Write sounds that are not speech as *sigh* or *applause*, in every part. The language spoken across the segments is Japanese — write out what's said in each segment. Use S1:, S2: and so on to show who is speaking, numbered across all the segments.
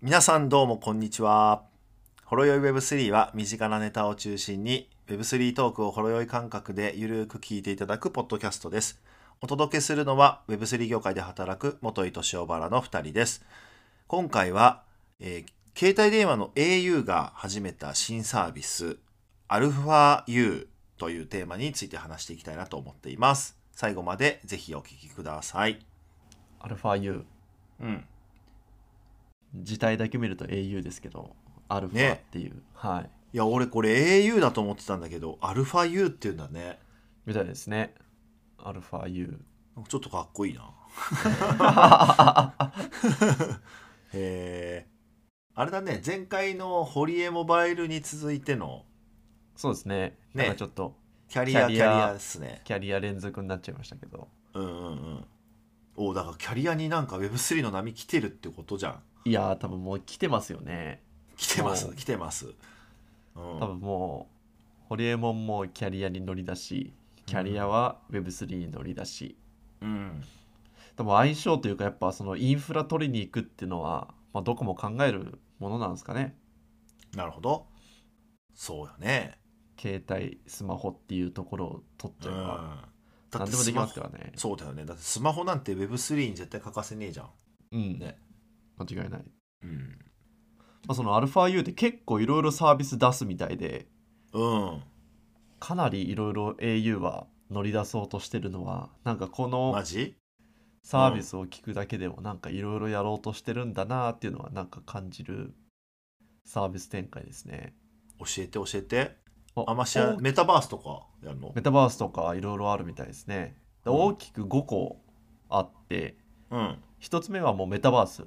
S1: 皆さんどうもこんにちは。ほろよい Web3 は身近なネタを中心に Web3 トークをほろよい感覚でゆるく聞いていただくポッドキャストです。お届けするのは Web3 業界で働く元井敏夫原の2人です。今回は、えー携帯電話の au が始めた新サービス αU というテーマについて話していきたいなと思っています。最後までぜひお聞きください。
S2: アルファ U
S1: うん。
S2: 字体だけ見ると AU ですけどアルファっていう、はい
S1: いや俺これ au だと思ってたんだけど αU っていうんだね
S2: みたいですねアルファ U
S1: ちょっとかっこいい
S2: *laughs*
S1: なへえあれだね前回の堀江モバイルに続いての
S2: そうですね
S1: ね
S2: なんかちょっと
S1: キャリア
S2: キャ
S1: キャ
S2: リア
S1: リアですね
S2: キャリア連続になっちゃいましたけど
S1: うんうんうんおうだからキャリアになんか Web3 の波来てるってことじゃん
S2: いやー多分もう来てますよね
S1: 来てます
S2: おう
S1: 来てます、うん、
S2: 多分もうホリエモンもキャリアに乗り出しキャリアは Web3 に乗り出し、
S1: うん
S2: 多分相性というかやっぱそのインフラ取りに行くっていうのは、まあ、どこも考えるものなんですかね
S1: なるほどそうよね
S2: 携帯スマホっていうところを取っち
S1: う
S2: ゃ
S1: ん
S2: えば、
S1: だっ
S2: 何
S1: て
S2: でも
S1: ス
S2: でき
S1: マ
S2: ます
S1: ホ
S2: からね
S1: そうだよねだってスマホなんて Web3 に絶対欠かせねえじゃん
S2: うん、
S1: ね
S2: 間違いない、
S1: うん
S2: まあ、その αU って結構いろいろサービス出すみたいで
S1: うん
S2: かなりいろいろ au は乗り出そうとしてるのはなんかこ
S1: マ
S2: の
S1: ジ
S2: サービスを聞くだけでもなんかいろいろやろうとしてるんだなっていうのはなんか感じるサービス展開ですね
S1: 教えて教えて
S2: あ
S1: あんましや
S2: お
S1: メタバースとかやるの
S2: メタバースとかいろいろあるみたいですねで
S1: うん
S2: 大きく5個あって
S1: うん
S2: 1つ目はもうメタバース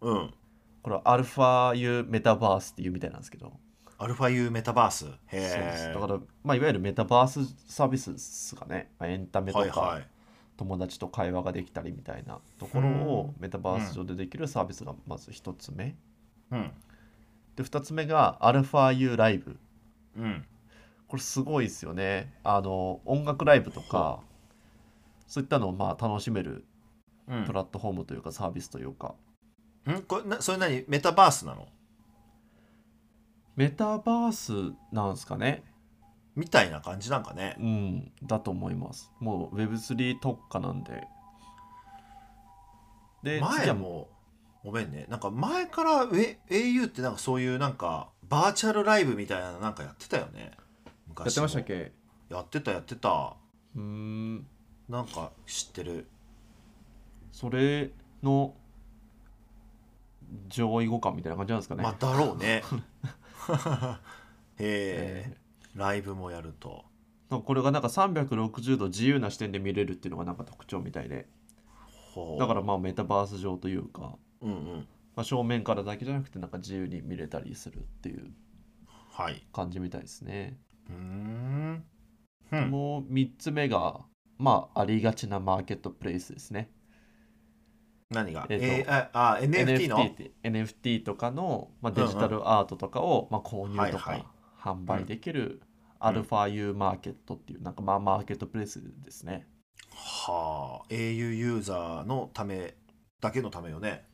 S1: うん
S2: これは αU メタバースっていうみたいなんですけど
S1: アルファ U メタバースへ
S2: そうです
S1: え
S2: だから、まあ、いわゆるメタバースサービスですかね、まあエンタメとか、
S1: はいはい
S2: 友達と会話ができたりみたいなところをメタバース上でできるサービスがまず1つ目、
S1: うん
S2: で2つ目が αU ライブ
S1: うん
S2: これすごいですよねあの音楽ライブとかそういったのをまあ楽しめる
S1: う
S2: プ
S1: ん
S2: ラットフォームというかサービスというか、
S1: んこれなそれ何メタバースなの
S2: メタバースなんですかね
S1: みたいな感じなんかね
S2: うんだと思いますもう Web3 特化なんでで次
S1: 前
S2: は
S1: もごめんねなんか前からウェ au ってなんかそういうなんかバーチャルライブみたいなのなんかやってたよね昔
S2: やってましたっけ
S1: やってたやってた
S2: うーん
S1: なんか知ってる
S2: それの上位互換みたいな感じなんですかね、
S1: まあだろう
S2: *laughs*
S1: ねへえ
S2: え
S1: ライブもやると
S2: ーなんかこれがなんか360度自由な視点で見れるっていうのがなんか特徴みたいで
S1: ほう
S2: だからまあメタバース上というか、
S1: うんうん
S2: まあ、正面からだけじゃなくてなんか自由に見れたりするっていう
S1: はいう
S2: 感じみたいですね、
S1: ーんうん
S2: もう3つ目がまあありがちなマーケットプレイスですね
S1: 何が
S2: えー
S1: え
S2: と
S1: ーああ NFT の
S2: NFT, って NFT とかの、まあ、デジタルアートとかを、まあ、購入と
S1: はいはい
S2: か販売できるアルファ U マーケットっていうなんかまあマーケットプレイスですね。
S1: はあ au ユーザーのためだけのためよね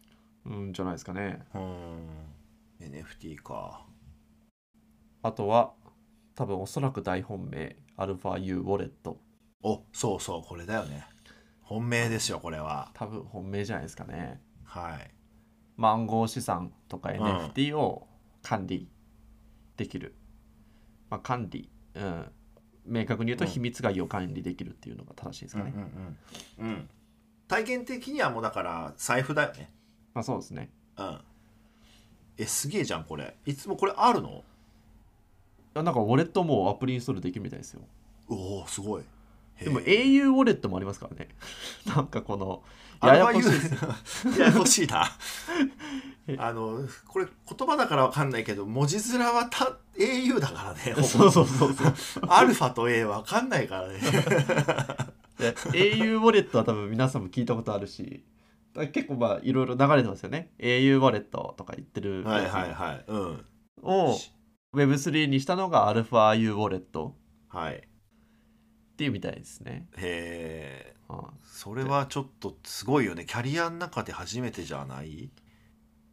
S2: うんじゃないですかね。
S1: うーん NFT か
S2: あとは多分おそらく大本命アルファ U ウォレット
S1: おそうそうこれだよね本命ですよこれは
S2: 多分本命じゃないですかね。
S1: はい
S2: まあ暗号資産とか
S1: ん
S2: NFT を管理できる。まあ管理、うん、明確に言うと
S1: うん
S2: 秘密鍵を管理できるっていうのが正しいです
S1: うん
S2: か
S1: うん
S2: ね。
S1: うんうん体験的にはもうだから財布だよね
S2: まあそうですね。
S1: うんえすげえじゃんこれいつもこれあるの
S2: いやなんかウォレットもアプリインストールできるみたいですよ。
S1: おおすごいへえ
S2: でも au ウォレットもありますからね。 *laughs* なんかこの、
S1: やや
S2: やや
S1: こし
S2: こし
S1: い
S2: いです。 *laughs*
S1: ややこしいなあのこれ言葉だからわかんないけど文字面はた au だからねほぼ
S2: *laughs* そうそうそうそう。
S1: アルファと A わかんないから
S2: *laughs*
S1: ね
S2: で au ウォレットは多分皆さんも聞いたことあるし、だから結構まあいろいろ流れてますよね。au ウォレットとか言ってる
S1: はいはいはいうん
S2: を Web3 にしたのが αu ウォレット
S1: はいへ
S2: っていうみたいですね。
S1: え
S2: ああ
S1: それはちょっとすごいよねキャリアの中で初めてじゃない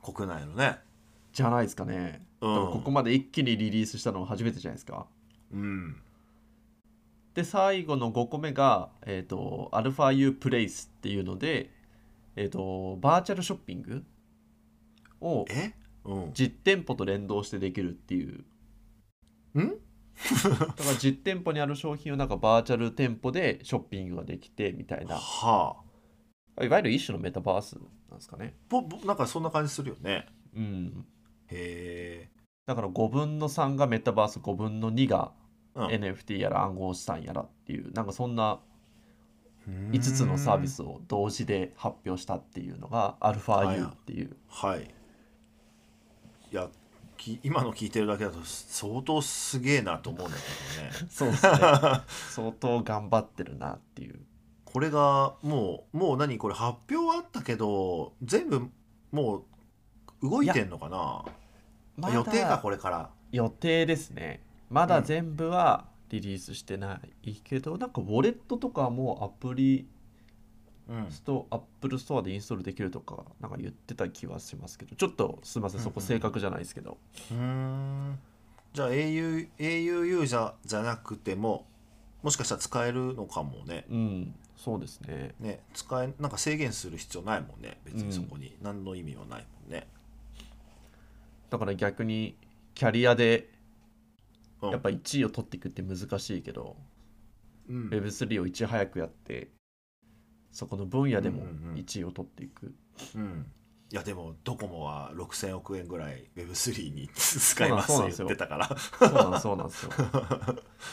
S1: 国内のね
S2: じゃないですかね、
S1: うん
S2: 多分ここまで一気にリリースしたのは初めてじゃないですか
S1: うん
S2: で最後の5個目が、えー、と αU プレイスっていうので、えー、とバーチャルショッピングを
S1: えうん
S2: 実店舗と連動してできるっていうんだから実店舗にある商品をなんかバーチャル店舗でショッピングができてみたいな
S1: はあ
S2: いわゆる一種のメタバースなんですかね
S1: ぼぼなんかそんな感じするよね
S2: うん
S1: へえ
S2: だから5分の3がメタバース5分の2が
S1: うん
S2: NFT やら暗号資産やらっていうなんかそんな5つのサービスを同時で発表したっていうのが αU っていう
S1: はいいやき今の聞いてるだけだと相当すげえなと思うんだけどね
S2: そ
S1: *laughs*
S2: うですね相当頑張ってるなっていう
S1: これがもうもう何これ発表はあったけど全部もう動いてんのかな、
S2: まだ
S1: 予定かこれから
S2: 予定ですねまだ全部はリリースしてないけど、なんかウォレットとかはもうアプリ
S1: うん
S2: ストアップルストアでインストールできるとかなんか言ってた気はしますけどちょっとすいませんそこ正確じゃないですけど、
S1: うーんじゃあ au au じゃじゃなくてももしかしたら使えるのかもね
S2: うん、そうですね。
S1: ね使えなんか制限する必要ないもんね別にそこに、何の意味はないもんね、
S2: だから逆にキャリアで
S1: うん、
S2: やっぱ1位を取っていくって難しいけど、
S1: うん、
S2: Web3 をいち早くやって、そこの分野で
S1: うん
S2: も
S1: うんうん
S2: 1位を取ってい
S1: *laughs*
S2: く。
S1: うん、いやでもドコモは6000億円ぐらい Web3 に *laughs* 使いますって言ってたから
S2: そうなんです、そうなんですよ。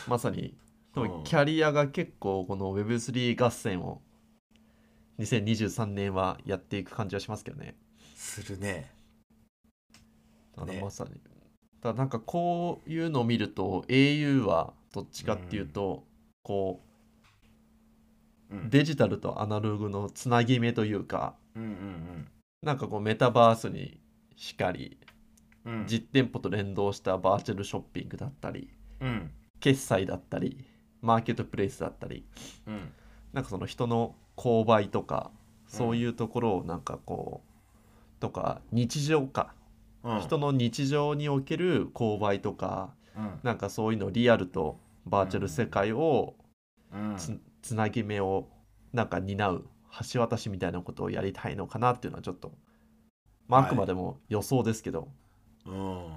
S2: まさに、で
S1: う
S2: も
S1: ん
S2: キャリアが結構この Web3 合戦を2023年はやっていく感じはしますけどね。
S1: するね
S2: あの
S1: ね
S2: まさに。ただなんかこういうのを見ると au はどっちかっていうと、こ
S1: う
S2: うんデジタルとアナログのつなぎ目というか
S1: うんうん
S2: なんかこうメタバースにしかり
S1: うんうん
S2: 実店舗と連動したバーチャルショッピングだったり
S1: うん
S2: 決済だったりマーケットプレイスだったり
S1: うん
S2: なんかその人の購買とかそういうところをなんかこうとか日常か
S1: うん
S2: 人の日常における購買とか
S1: うん
S2: なんかそういうのリアルとバーチャル世界を
S1: うん
S2: つ,、つなぎ目をなんか担う橋渡しみたいなことをやりたいのかなっていうのはちょっと、まあ、あ
S1: はい
S2: くまでも予想ですけど、
S1: うん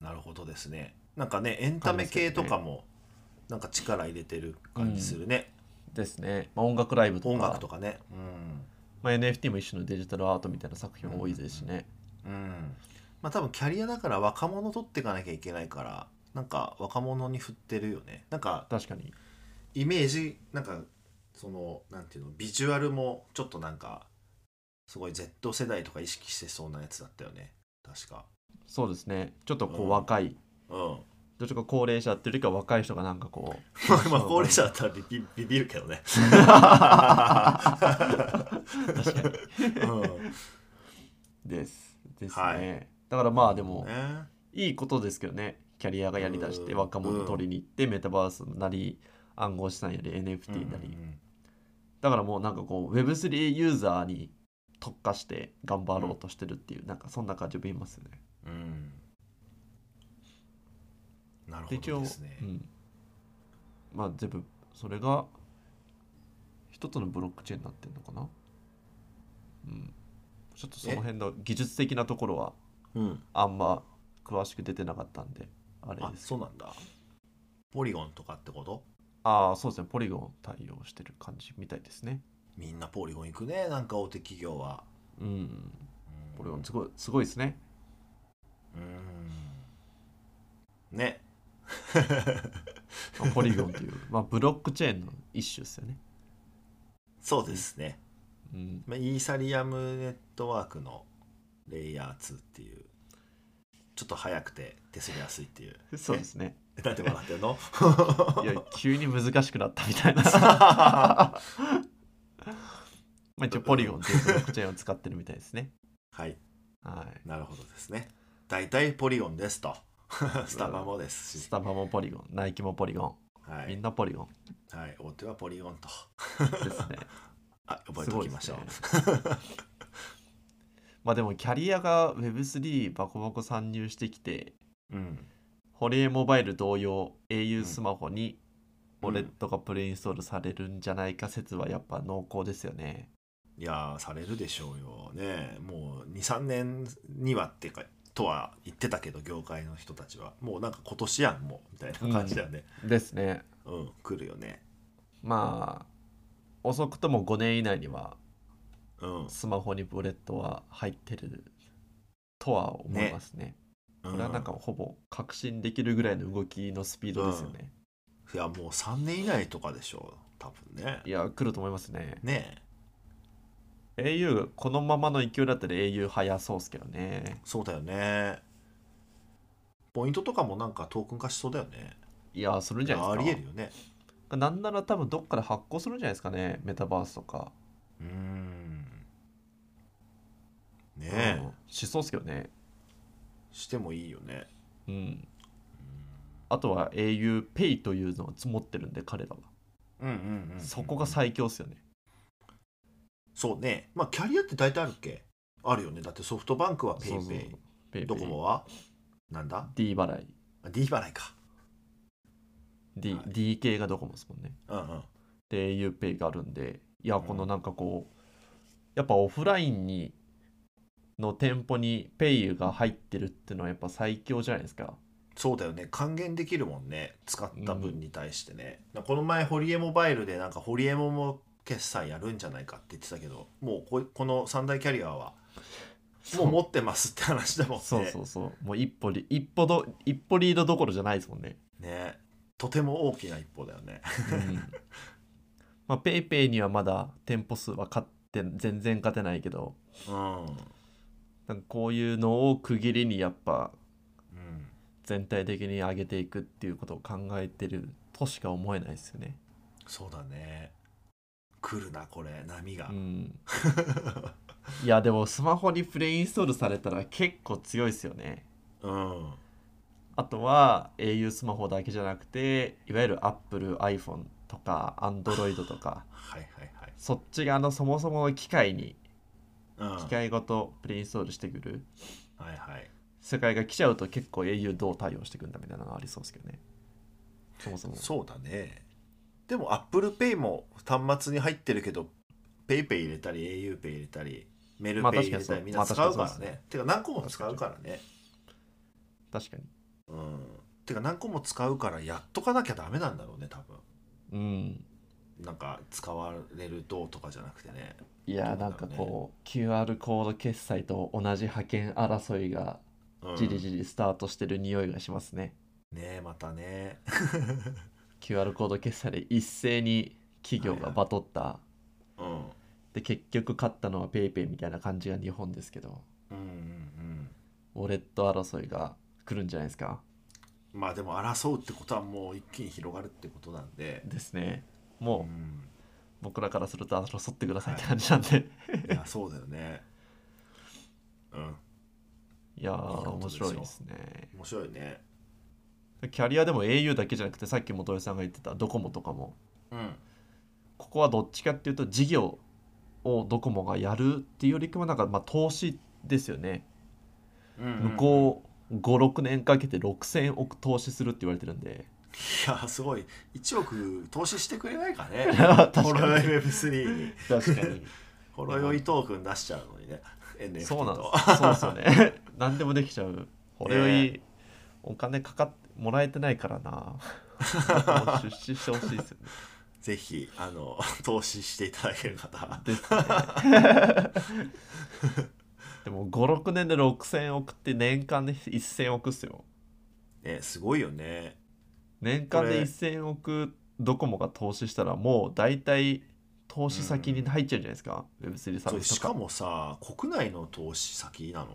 S1: なるほどですねなんかねエンタメ系とかもなんか力入れてる感じするね、
S2: ですね、まあ、音楽ライブとか
S1: 音楽とかねうん
S2: まあ、NFT も一種のデジタルアートみたいな作品も多いですしね、
S1: うんまあ多分キャリアだから若者取っていかなきゃいけないからなんか若者に振ってるよねなんか
S2: 確かに
S1: イメージなんかそのなんていうのビジュアルもちょっとなんかすごい Z 世代とか意識してそうなやつだったよね確か
S2: そうですねちょっとこ
S1: うん
S2: う若い、
S1: うん *laughs*
S2: どっちか高齢者っていうよりか若い人がなんかこう
S1: *laughs* まあま
S2: *laughs*
S1: あ高齢者だったらビビビビるけどね
S2: 確かに
S1: *laughs* うん
S2: ですです
S1: は
S2: ね、
S1: い
S2: だからまあでも、
S1: ね
S2: いいことですけどねキャリアがやりだして
S1: うん
S2: 若者取りに行ってメタバースなり暗号資産やり NFT なり、
S1: うん
S2: だからもうなんかこう Web3 ユーザーに特化して頑張ろうとしてるっていう、なんかそんな感じ見えますよね。
S1: うんうんなる
S2: で
S1: ほ
S2: 一
S1: ど
S2: 応、
S1: ですね
S2: うん、まあ全部それが一つのブロックチェーンになってるのかな、うん、ちょっとその辺の技術的なところは
S1: うん
S2: あんま詳しく出てなかったんであれ
S1: あ
S2: ですけ
S1: そ
S2: ど
S1: うなんだポリゴンとかってこと
S2: ああそうですねポリゴン対応してる感じみたいですね
S1: みんなポリゴン行くねなんか大手企業は
S2: うん
S1: うん
S2: ポリゴンすごいすごいですね
S1: うんね
S2: まあポリゴンと
S1: *laughs*
S2: いう、まあ、ブロックチェーンの一種ですよね
S1: そうですね
S2: うん
S1: まあ、イーサリアムネットワークのレイヤー2っていうちょっと早くて手すりやすいっていう
S2: そうですね
S1: えなんで笑ってん
S2: *laughs*
S1: の
S2: いや急に難しくなったみたいな
S1: *laughs*
S2: まあ一応ポリゴンというブロックチェーンを使ってるみたいですね
S1: はい
S2: はい
S1: なるほどですね大体ポリゴンです
S2: *laughs*
S1: とスタバもです
S2: ス
S1: し、
S2: タバもポリゴンナイキもポリゴ
S1: は
S2: ンみ
S1: い
S2: んなポリゴン
S1: はい、大手はポリゴンと
S2: ですね *laughs*
S1: あ覚え
S2: す
S1: てお
S2: ごい
S1: き
S2: で
S1: ますしょ
S2: ね
S1: う、
S2: ままあでもキャリアが Web3 バコバコ参入してきて
S1: うん。
S2: ホリエモバイル同様
S1: う
S2: au
S1: ん
S2: スマホにウォレットがプレインストールされるんじゃないか説はやっぱ濃厚ですよね。
S1: いやーされるでしょうよねもう23年にはってかとは言ってたけど業界の人たちはもうなんか今年やんもうみたいな感じだよね
S2: ですね。
S1: うん、来るよね
S2: まあ遅くとも5年以内には
S1: うん、
S2: スマホにウォレットは入ってるとは思いますね。
S1: う
S2: これはなんかほぼ確信できるぐらいの動きのスピードですよね。
S1: いやもう3年以内とかでしょう多分ね
S2: いや来ると思いますね。
S1: ねえ
S2: au このままの勢いだったら au 早そうっすけどね
S1: そうだよねポイントとかもなんかトークン化しそうだよね
S2: いやそれじゃない
S1: あ
S2: で
S1: りえ
S2: す
S1: るよね
S2: かなんなら多分どっかで発行するんじゃないですかねメタバースとか、
S1: うーんね
S2: う
S1: え
S2: んしそうっすけどね
S1: してもいいよね
S2: うんあとは auPay というのを持ってるんで彼らは、
S1: うんうんうん
S2: そこが最強っすよね
S1: そうね。まあ、キャリアって大体あるっけあるよね。だってソフトバンクはペイペイ。
S2: そうそうペイペイ
S1: ドコモはなんだ
S2: D 払い
S1: あ ?D 払いか。
S2: D、
S1: はい
S2: D 系がドコモですもんね
S1: うんうん。
S2: で auPay があるんでいや
S1: うん
S2: このなんかこう、やっぱオフラインにの店舗に Pay が入ってるってのはやっぱ最強じゃないですか
S1: そうだよね。還元できるもんね。使った分に対してね。だからこの前、ホリエモバイルでなんかホリエモも決済やるんじゃないかって言ってたけど、もうここの三大キャリアはもう持ってますって話だもんね。
S2: そうそうそう。もう一歩リ一歩ど一歩リードどころじゃないですもん
S1: *laughs*
S2: ね。
S1: ね。とても大きな一歩だよね。
S2: まあペイペイにはまだ店舗数は勝って全然勝てないけど、
S1: うん。うん。
S2: なんかこういうのを区切りにやっぱ全体的に上げていくっていうことを考えてるとしか思えないですよね。
S1: そうだね。来るな、これ、波が
S2: う。ん。いやでもスマホにプレインストールされたら結構強いですよね。
S1: うん。
S2: あとは au スマホだけじゃなくていわゆる Apple、iPhone とか Android とか。
S1: はいはいはい。
S2: そっち側のそもそもの機械に
S1: うん、
S2: 機械ごとプレインストールしてくる
S1: はいはい
S2: 世界が来ちゃうと結構 au どう対応してくるんだみたいなのがありそうですけどねそもそも
S1: そうだねでも ApplePay も端末に入ってるけど PayPay 入れたり auPay 入れたりメル
S2: まあ
S1: Pay 入れたり、
S2: 確かにそう
S1: みんな使うか
S2: まあ確
S1: ら
S2: かにそう
S1: ね,、
S2: ですね
S1: てか何個も使うからね
S2: 確かに
S1: うんてか何個も使うからやっとかなきゃダメなんだろうね多分
S2: うん
S1: なんか使われるどうとかじゃなくてね
S2: い
S1: ど
S2: やな
S1: うんだろ
S2: か
S1: うね
S2: こう QR コード決済と同じ覇権争いが
S1: うん
S2: じりじりスタートしてる匂いがしますね、
S1: ねえまたね
S2: QR コード決済で一斉に企業がバトった、
S1: うんうん
S2: で結局勝ったのは PayPay みたいな感じが日本ですけど
S1: うんうん
S2: ウォレット争いが来るんじゃないですか
S1: まあでも争うってことはもう一気に広がるってことなんで、
S2: ですね
S1: う、
S2: もうん僕らからすると争ってくださいって感じなんで
S1: いやそうだよねうん
S2: いや
S1: いい
S2: ー
S1: こと
S2: 面
S1: ですよ
S2: 白いですね
S1: 面白いね
S2: キャリアでも au だけじゃなくてさっき元井さんが言ってたドコモとかも
S1: うん
S2: ここはどっちかっていうと事業をドコモがやるっていうよりかはなんかまあ投資ですよね向
S1: 向
S2: こう56年かけて6000億投資するって言われてるんで
S1: いやすごい1億投資してくれないかね
S2: *laughs*
S1: *laughs*
S2: 確か
S1: ホロヨイ
S2: に
S1: Web3
S2: *laughs*
S1: に
S2: 確かに
S1: ホロヨイトークン出しちゃうのにね NFT と
S2: そうなんですそうですよね何でもできちゃうこれより、お金かかってもらえてないからなもう出資してほしいですよね
S1: ぜひあの *laughs* 投資していただける方
S2: ですねでも56年で6000億って年間で1000億っすよ
S1: ねすごいよね
S2: 年間
S1: こ
S2: で
S1: れ
S2: 1000億ドコモが投資したらもう大体投資先に入っちゃうんじゃないですか、Web3
S1: そ
S2: サービ
S1: れ
S2: ス
S1: し
S2: とか
S1: かもさ国内の投資先なの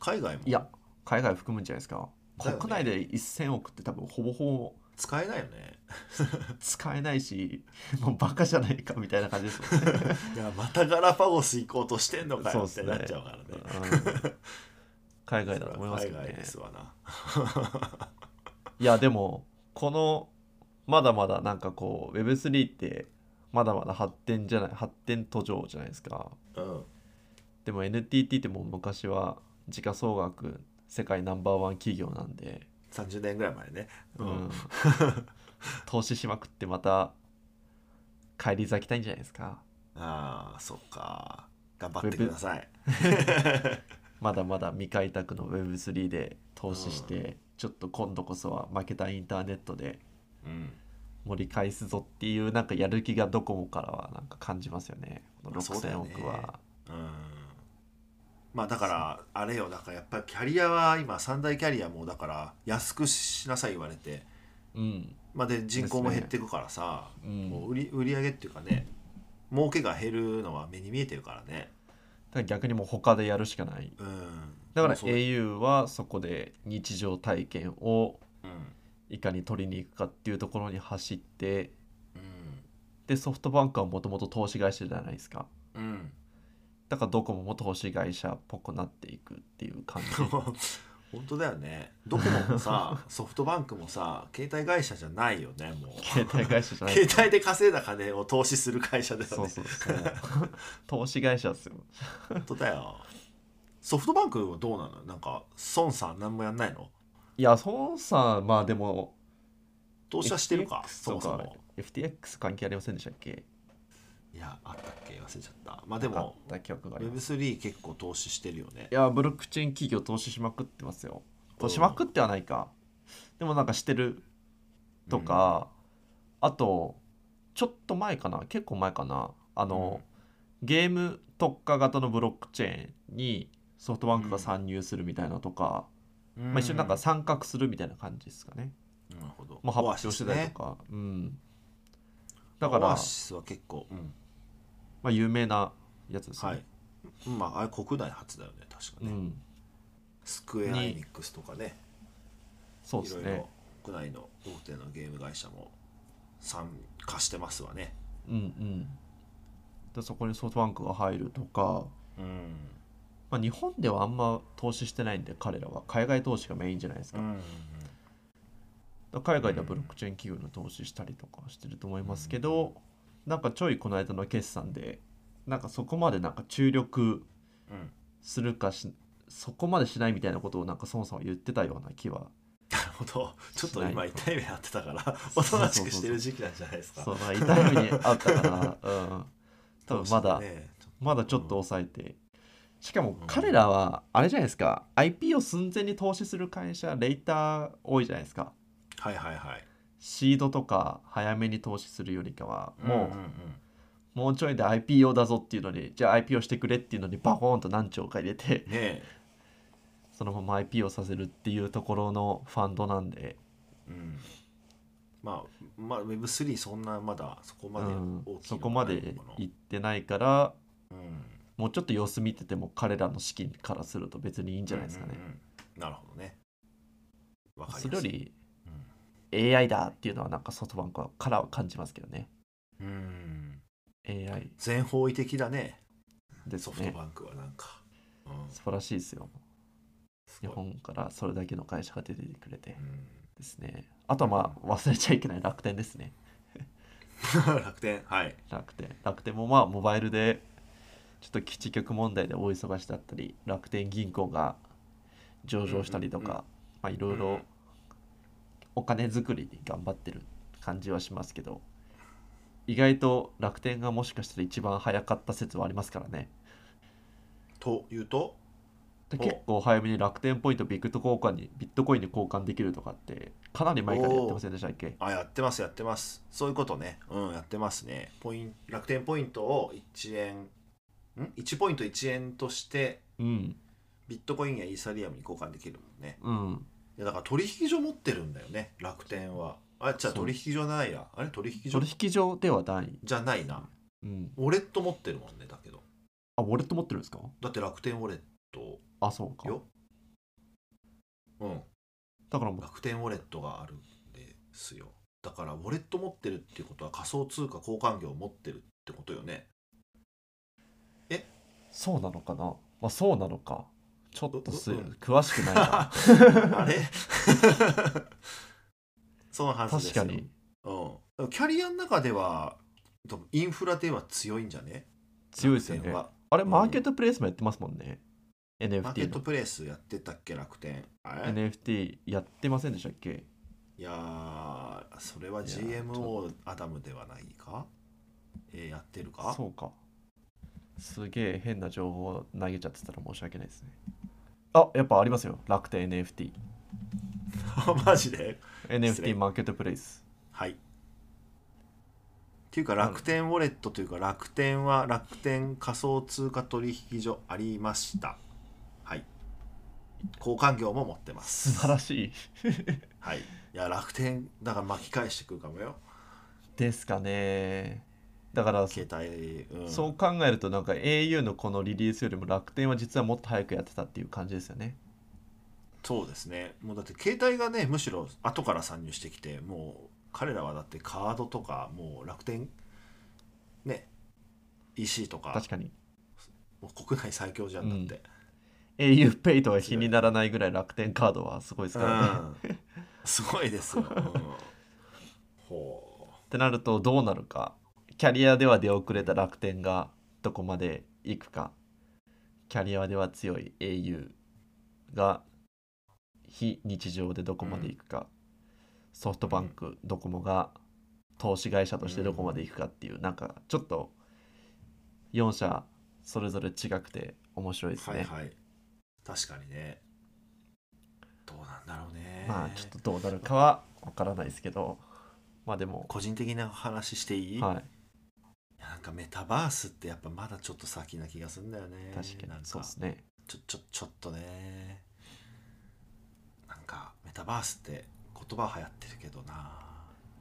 S1: 海外も
S2: いや海外含むんじゃないですか
S1: だよね
S2: 国内で1000億って多分ほぼほ
S1: 使えないよね
S2: ぼ使えないし *laughs* もうバカじゃないかみたいな感じですもんね
S1: *laughs* いやまたガラパゴス行こうとしてんのか
S2: そう
S1: よ
S2: っ
S1: っ
S2: す
S1: て
S2: ね
S1: なっちゃうからね
S2: うん海外だと思いますけ
S1: 海
S2: ど
S1: 外
S2: ね
S1: ですわない
S2: やでもこのまだまだなんかこう Web3 ってまだまだ発展じゃない発展途上じゃないですか
S1: うん
S2: でも NTT ってもう昔は時価総額世界ナンバーワン企業なんで、
S1: 30年ぐらい前ね、うん
S2: うん投資しまくってまた返り咲きたいんじゃないですか
S1: ああそっか頑張ってください
S2: まだまだ未開拓の Web3 で投資して、ちょっと今度こそは負けたインターネットで
S1: うん
S2: 盛り返すぞっていうなんかやる気がドコモからはなんか感じますよねこの
S1: そうだ
S2: 6000
S1: よね
S2: 億は
S1: うんまあだからあれよだからやっぱりキャリアは今三大キャリアもだから安くしなさい言われて
S2: うん
S1: まあで人口も減っていくからさ、
S2: うん
S1: もう売り売り上げっていうかね儲けが減るのは目に見えてるからね
S2: だから逆にもう他でやるしかない
S1: うん
S2: だから
S1: もうそう
S2: au はそこで日常体験を
S1: うん
S2: いかに取りに行くかっていうところに走って
S1: うん
S2: でソフトバンクはもともと投資会社じゃないですか
S1: うん
S2: だからドコモも投資会社っぽくなっていくっていう
S1: *laughs*
S2: 感じ
S1: 本当だよねドコモもさソフトバンクもさ携帯会社じゃないよねもう
S2: 携帯会社じゃない
S1: 携帯で稼いだ金を投資する会社だよね
S2: そうそうそう *laughs* 投資会社ですよ
S1: 本当だよソフトバンクはどうなのなんか孫さん何もやんないの
S2: いや孫さんまあでも
S1: 投資はしてるか
S2: FTX
S1: そもそも
S2: FTX 関係ありませんでしたっけ
S1: いやあったっけ忘れちゃったまあで
S2: あっ
S1: も
S2: た記憶があります
S1: Web3 結構投資してるよね
S2: いやブロックチェーン企業投資しまくってますよ投資しまくってはないかでもなんかしてるとか、あとちょっと前かな結構前かなあの、ゲーム特化型のブロックチェーンにソフトバンクが参入するみたいなとか、
S1: うん
S2: まあ、一緒になんか参画するみたいな感じですかね、
S1: なるほど
S2: まあ、発表してたりとか、うんだか
S1: オ
S2: ら、
S1: アシスは結構、うん
S2: まあ、有名なやつですね、
S1: はいまああれ国内初だよね確か
S2: う
S1: ね、
S2: ん
S1: スクエア・エニックスとかね
S2: そうで
S1: い
S2: す
S1: ろい
S2: ね
S1: ろ国内の大手のゲーム会社も参加してますわね
S2: うんうんでそこにソフトバンクが入るとか、
S1: うん
S2: まあ、日本ではあんま投資してないんで彼らは海外投資がメインじゃないですか,、海外ではブロックチェーン企業の投資したりとかしてると思いますけど、なんかちょいこの間の決算でなんかそこまでなんか注力
S1: うん
S2: するかしそこまでしないみたいなことをなんか孫さんは言ってたような気は
S1: なるほどちょっと
S2: *laughs* しな
S1: 今
S2: いと
S1: 痛い目あってた
S2: *laughs*
S1: から *laughs*
S2: そ
S1: おと
S2: うそうそう
S1: なしくしてる時期なんじゃないですか
S2: その痛い目にあったから、うん、多分まだ、
S1: ね
S2: まだちょっと抑えて。しかも彼らはあれじゃないですか、IP を寸前に投資する会社レイター多いじゃないですか
S1: はいはいはい
S2: シードとか早めに投資するよりかはもう、
S1: んん
S2: もうちょいで IPO だぞっていうのにじゃあ IPO してくれっていうのにバコーンと何兆か入れて
S1: う
S2: *laughs*
S1: んねえ
S2: そのまま IPO させるっていうところのファンドなんで
S1: うんまあ、まあ、Web3 そんなまだそこまで
S2: うん
S1: 大きい
S2: そ
S1: の
S2: こ
S1: が
S2: ま
S1: ない
S2: で
S1: のかな
S2: 行ってないから
S1: うん
S2: もうちょっと様子見てても彼らの資金からすると別にいいんじゃないですかね
S1: うん。うんうんなるほどねわかり
S2: そ
S1: や
S2: れよ
S1: すい
S2: り AI だっていうのはなんかソフトバンクはからは感じますけどね。
S1: うん、うん、
S2: AI
S1: 全方位的だね
S2: です
S1: ソフト
S2: ね。
S1: バンクはなんか、うん
S2: 素晴らしいですよ。
S1: す
S2: 日
S1: ごい
S2: 本からそれだけの会社が出てくれて
S1: うん
S2: ですね。あとはまあ忘れちゃいけない楽天ですね。
S1: *laughs* 楽天はい
S2: 楽天。楽天もまあモバイルでちょっと基地局問題で大忙しだったり、楽天銀行が上場したりと
S1: うんうんう
S2: か、まあいろいろお金作りに頑張ってる感じはしますけど、意外と楽天がもしかしたら一番早かった説はありますからね。
S1: というと
S2: で
S1: お
S2: 結構早めに楽天ポイントビット交換にビットコインに交換できるとかってかなり前からやってませんでしたっけ
S1: あやってますやってますそういうことねうんやってますねポイン楽天ポイントを1円ん1ポイント1円として
S2: うん
S1: ビットコインやイーサリアムに交換できるもんね
S2: うん
S1: いやだから取引所持ってるんだよね楽天はあじゃあ
S2: そう
S1: 取引所ないやあれ取引所
S2: 取引所ではない、
S1: じゃないな
S2: うん、
S1: ウォレット持ってるもんねだけど
S2: あウォレット持ってるんですか
S1: だって楽天ウォレット
S2: あそうか
S1: ようん
S2: だからもう
S1: 楽天ウォレットがあるんですよだからウォレット持ってるっていうことは仮想通貨交換業を持ってるってことよね
S2: そうなのかなまあそうなのかちょっとす
S1: ううん
S2: 詳しくない
S1: *laughs*
S2: な
S1: あれその話で
S2: 確
S1: すよ
S2: かに
S1: うん、キャリアの中ではでもインフラでは強いんじゃね
S2: 強いですよ
S1: 楽天
S2: ね
S1: は
S2: ああれ、
S1: うん
S2: マーケットプレイスもやってますもんね。
S1: マーケッ
S2: NFT
S1: ト
S2: の。
S1: プレイスやってたっけ楽天あれ
S2: NFT やってませんでしたっけ
S1: いやーそれはい
S2: やーち
S1: GMO アダムではないかえーやってるか
S2: そうか。すげえ変な情報を投げちゃってたら申し訳ないですね。あ、やっぱありますよ。楽天 NFT。
S1: *laughs* マジで失礼
S2: NFT マーケットプレイス。
S1: はいっていうか楽天ウォレットというか楽天は楽天仮想通貨取引所ありましたはい交換業も持ってま
S2: 素
S1: す
S2: 晴らしい。 *laughs*
S1: はいいや楽天だから巻き返してくるかもよ
S2: ですかね。だから、
S1: 携帯、うん、
S2: そう考えると、なんか au のこのリリースよりも楽天は実はもっと早くやってたっていう感じですよね。
S1: そうですねもうだって携帯がねむしろ後から参入してきてもう彼らはだってカードとかもう楽天ね EC とか
S2: 確かに。
S1: もう国内最強じゃんだって、
S2: auPay とは比にならないぐらい楽天カードはすごいですからね。っ
S1: うんすごいですよ、うんほ
S2: てなるとどうなるか。キャリアでは出遅れた楽天がどこまで行くか。キャリアでは強い au が非日常でどこまで行くか。ソフトバンク、ドコモが投資会社としてどこまで行くかっていう、なんかちょっと4社それぞれ違くて面白いうです
S1: はい
S2: ね。
S1: はい確かにねどうなんだろうね
S2: まあちょっとどうなるかはわからないですけど、まあでも、
S1: 個人的な話していい、
S2: はい。
S1: いやなんかメタバースってやっぱまだちょっと先な気がするんだよね
S2: 確か
S1: なん
S2: にそうですね
S1: ちょちょちょっとねなんかメタバースって言葉は流行ってるけどな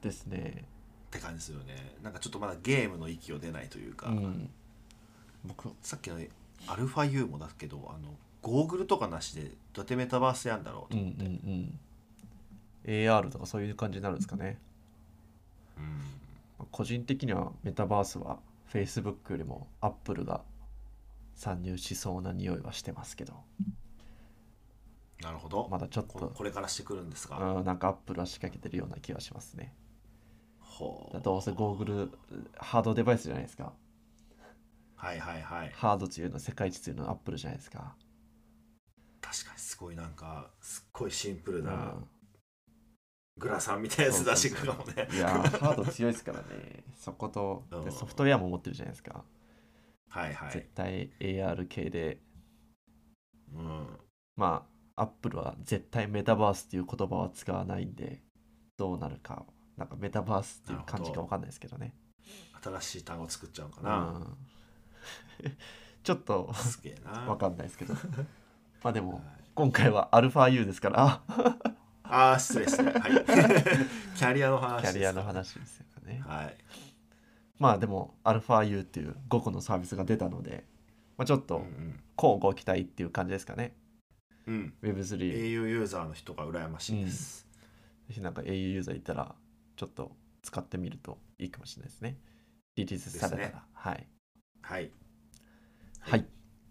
S2: ですね
S1: って感じですよねなんかちょっとまだゲームの域を出ないというか、
S2: うん僕
S1: さっきのアルファ U もだけどあのゴーグルとかなしでどうやってメタバースやんだろう
S2: うんう
S1: と
S2: んう
S1: 思って、
S2: ん AR とかそういう感じになるんですかね
S1: うん
S2: 個人的にはメタバースは Facebook よりも Apple が参入しそうな匂いはしてますけど
S1: なるほど、
S2: まだちょっ
S1: こことれからしてくるんですが、
S2: うんなんか Apple は仕掛けてるような気はしますね
S1: ほう
S2: どうせゴーグルハードデバイスじゃないですか
S1: はいはいはい
S2: ハード強いの世界一強いの Apple じゃないですか、
S1: 確かにすごいなんかすっごいシンプル
S2: うん、
S1: なグラサンみたいなやつ出してくるかもね
S2: いやーハード強いですからねそこと
S1: う
S2: で
S1: ん
S2: ソフトウェアも持ってるじゃないですか
S1: はいはい
S2: 絶、対 AR 系で
S1: うん、
S2: まあ Apple は絶対メタバースっていう言葉は使わないんでどうなるかなんかメタバースっていう感じ
S1: なるほど
S2: かわかんないですけどね
S1: 新しい単語作っちゃうか
S2: う
S1: な、
S2: ん *laughs* ちょっと
S1: すげえな
S2: わかんないで
S1: *laughs*
S2: すけどまあで
S1: はい
S2: も今回は αU ですから
S1: ああ失礼失礼はい *laughs* キャリアの話
S2: キ
S1: です
S2: ャリアの話ですよね
S1: はい
S2: まあでも αU っていう5個のサービスが出たので、まあ、ちょ
S1: う
S2: っと
S1: ん
S2: こうご期待っていう感じですかね
S1: うん、うん、au
S2: Web3
S1: ユーザーの人が羨ましいです、
S2: ぜひなんか au ユーザーいたらちょっと使ってみるといいかもしれないですね。リリースされたら。
S1: ですね
S2: はい。
S1: はい
S2: はい。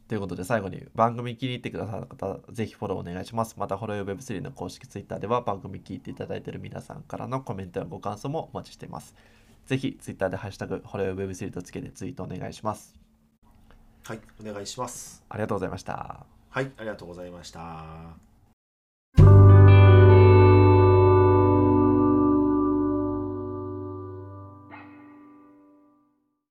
S2: ということで最後に番組気に入ってくださった方ぜひフォローお願いします。またフォロー Web3 の公式 Twitter では番組聞いていただいている皆さんからのコメントやご感想もお待ちしています。ぜひ Twitter でハッシュタグフォロー Web3 とつけてツイートお願いします。
S1: はいお願いします
S2: ありがとうございました。
S1: はいありがとうございました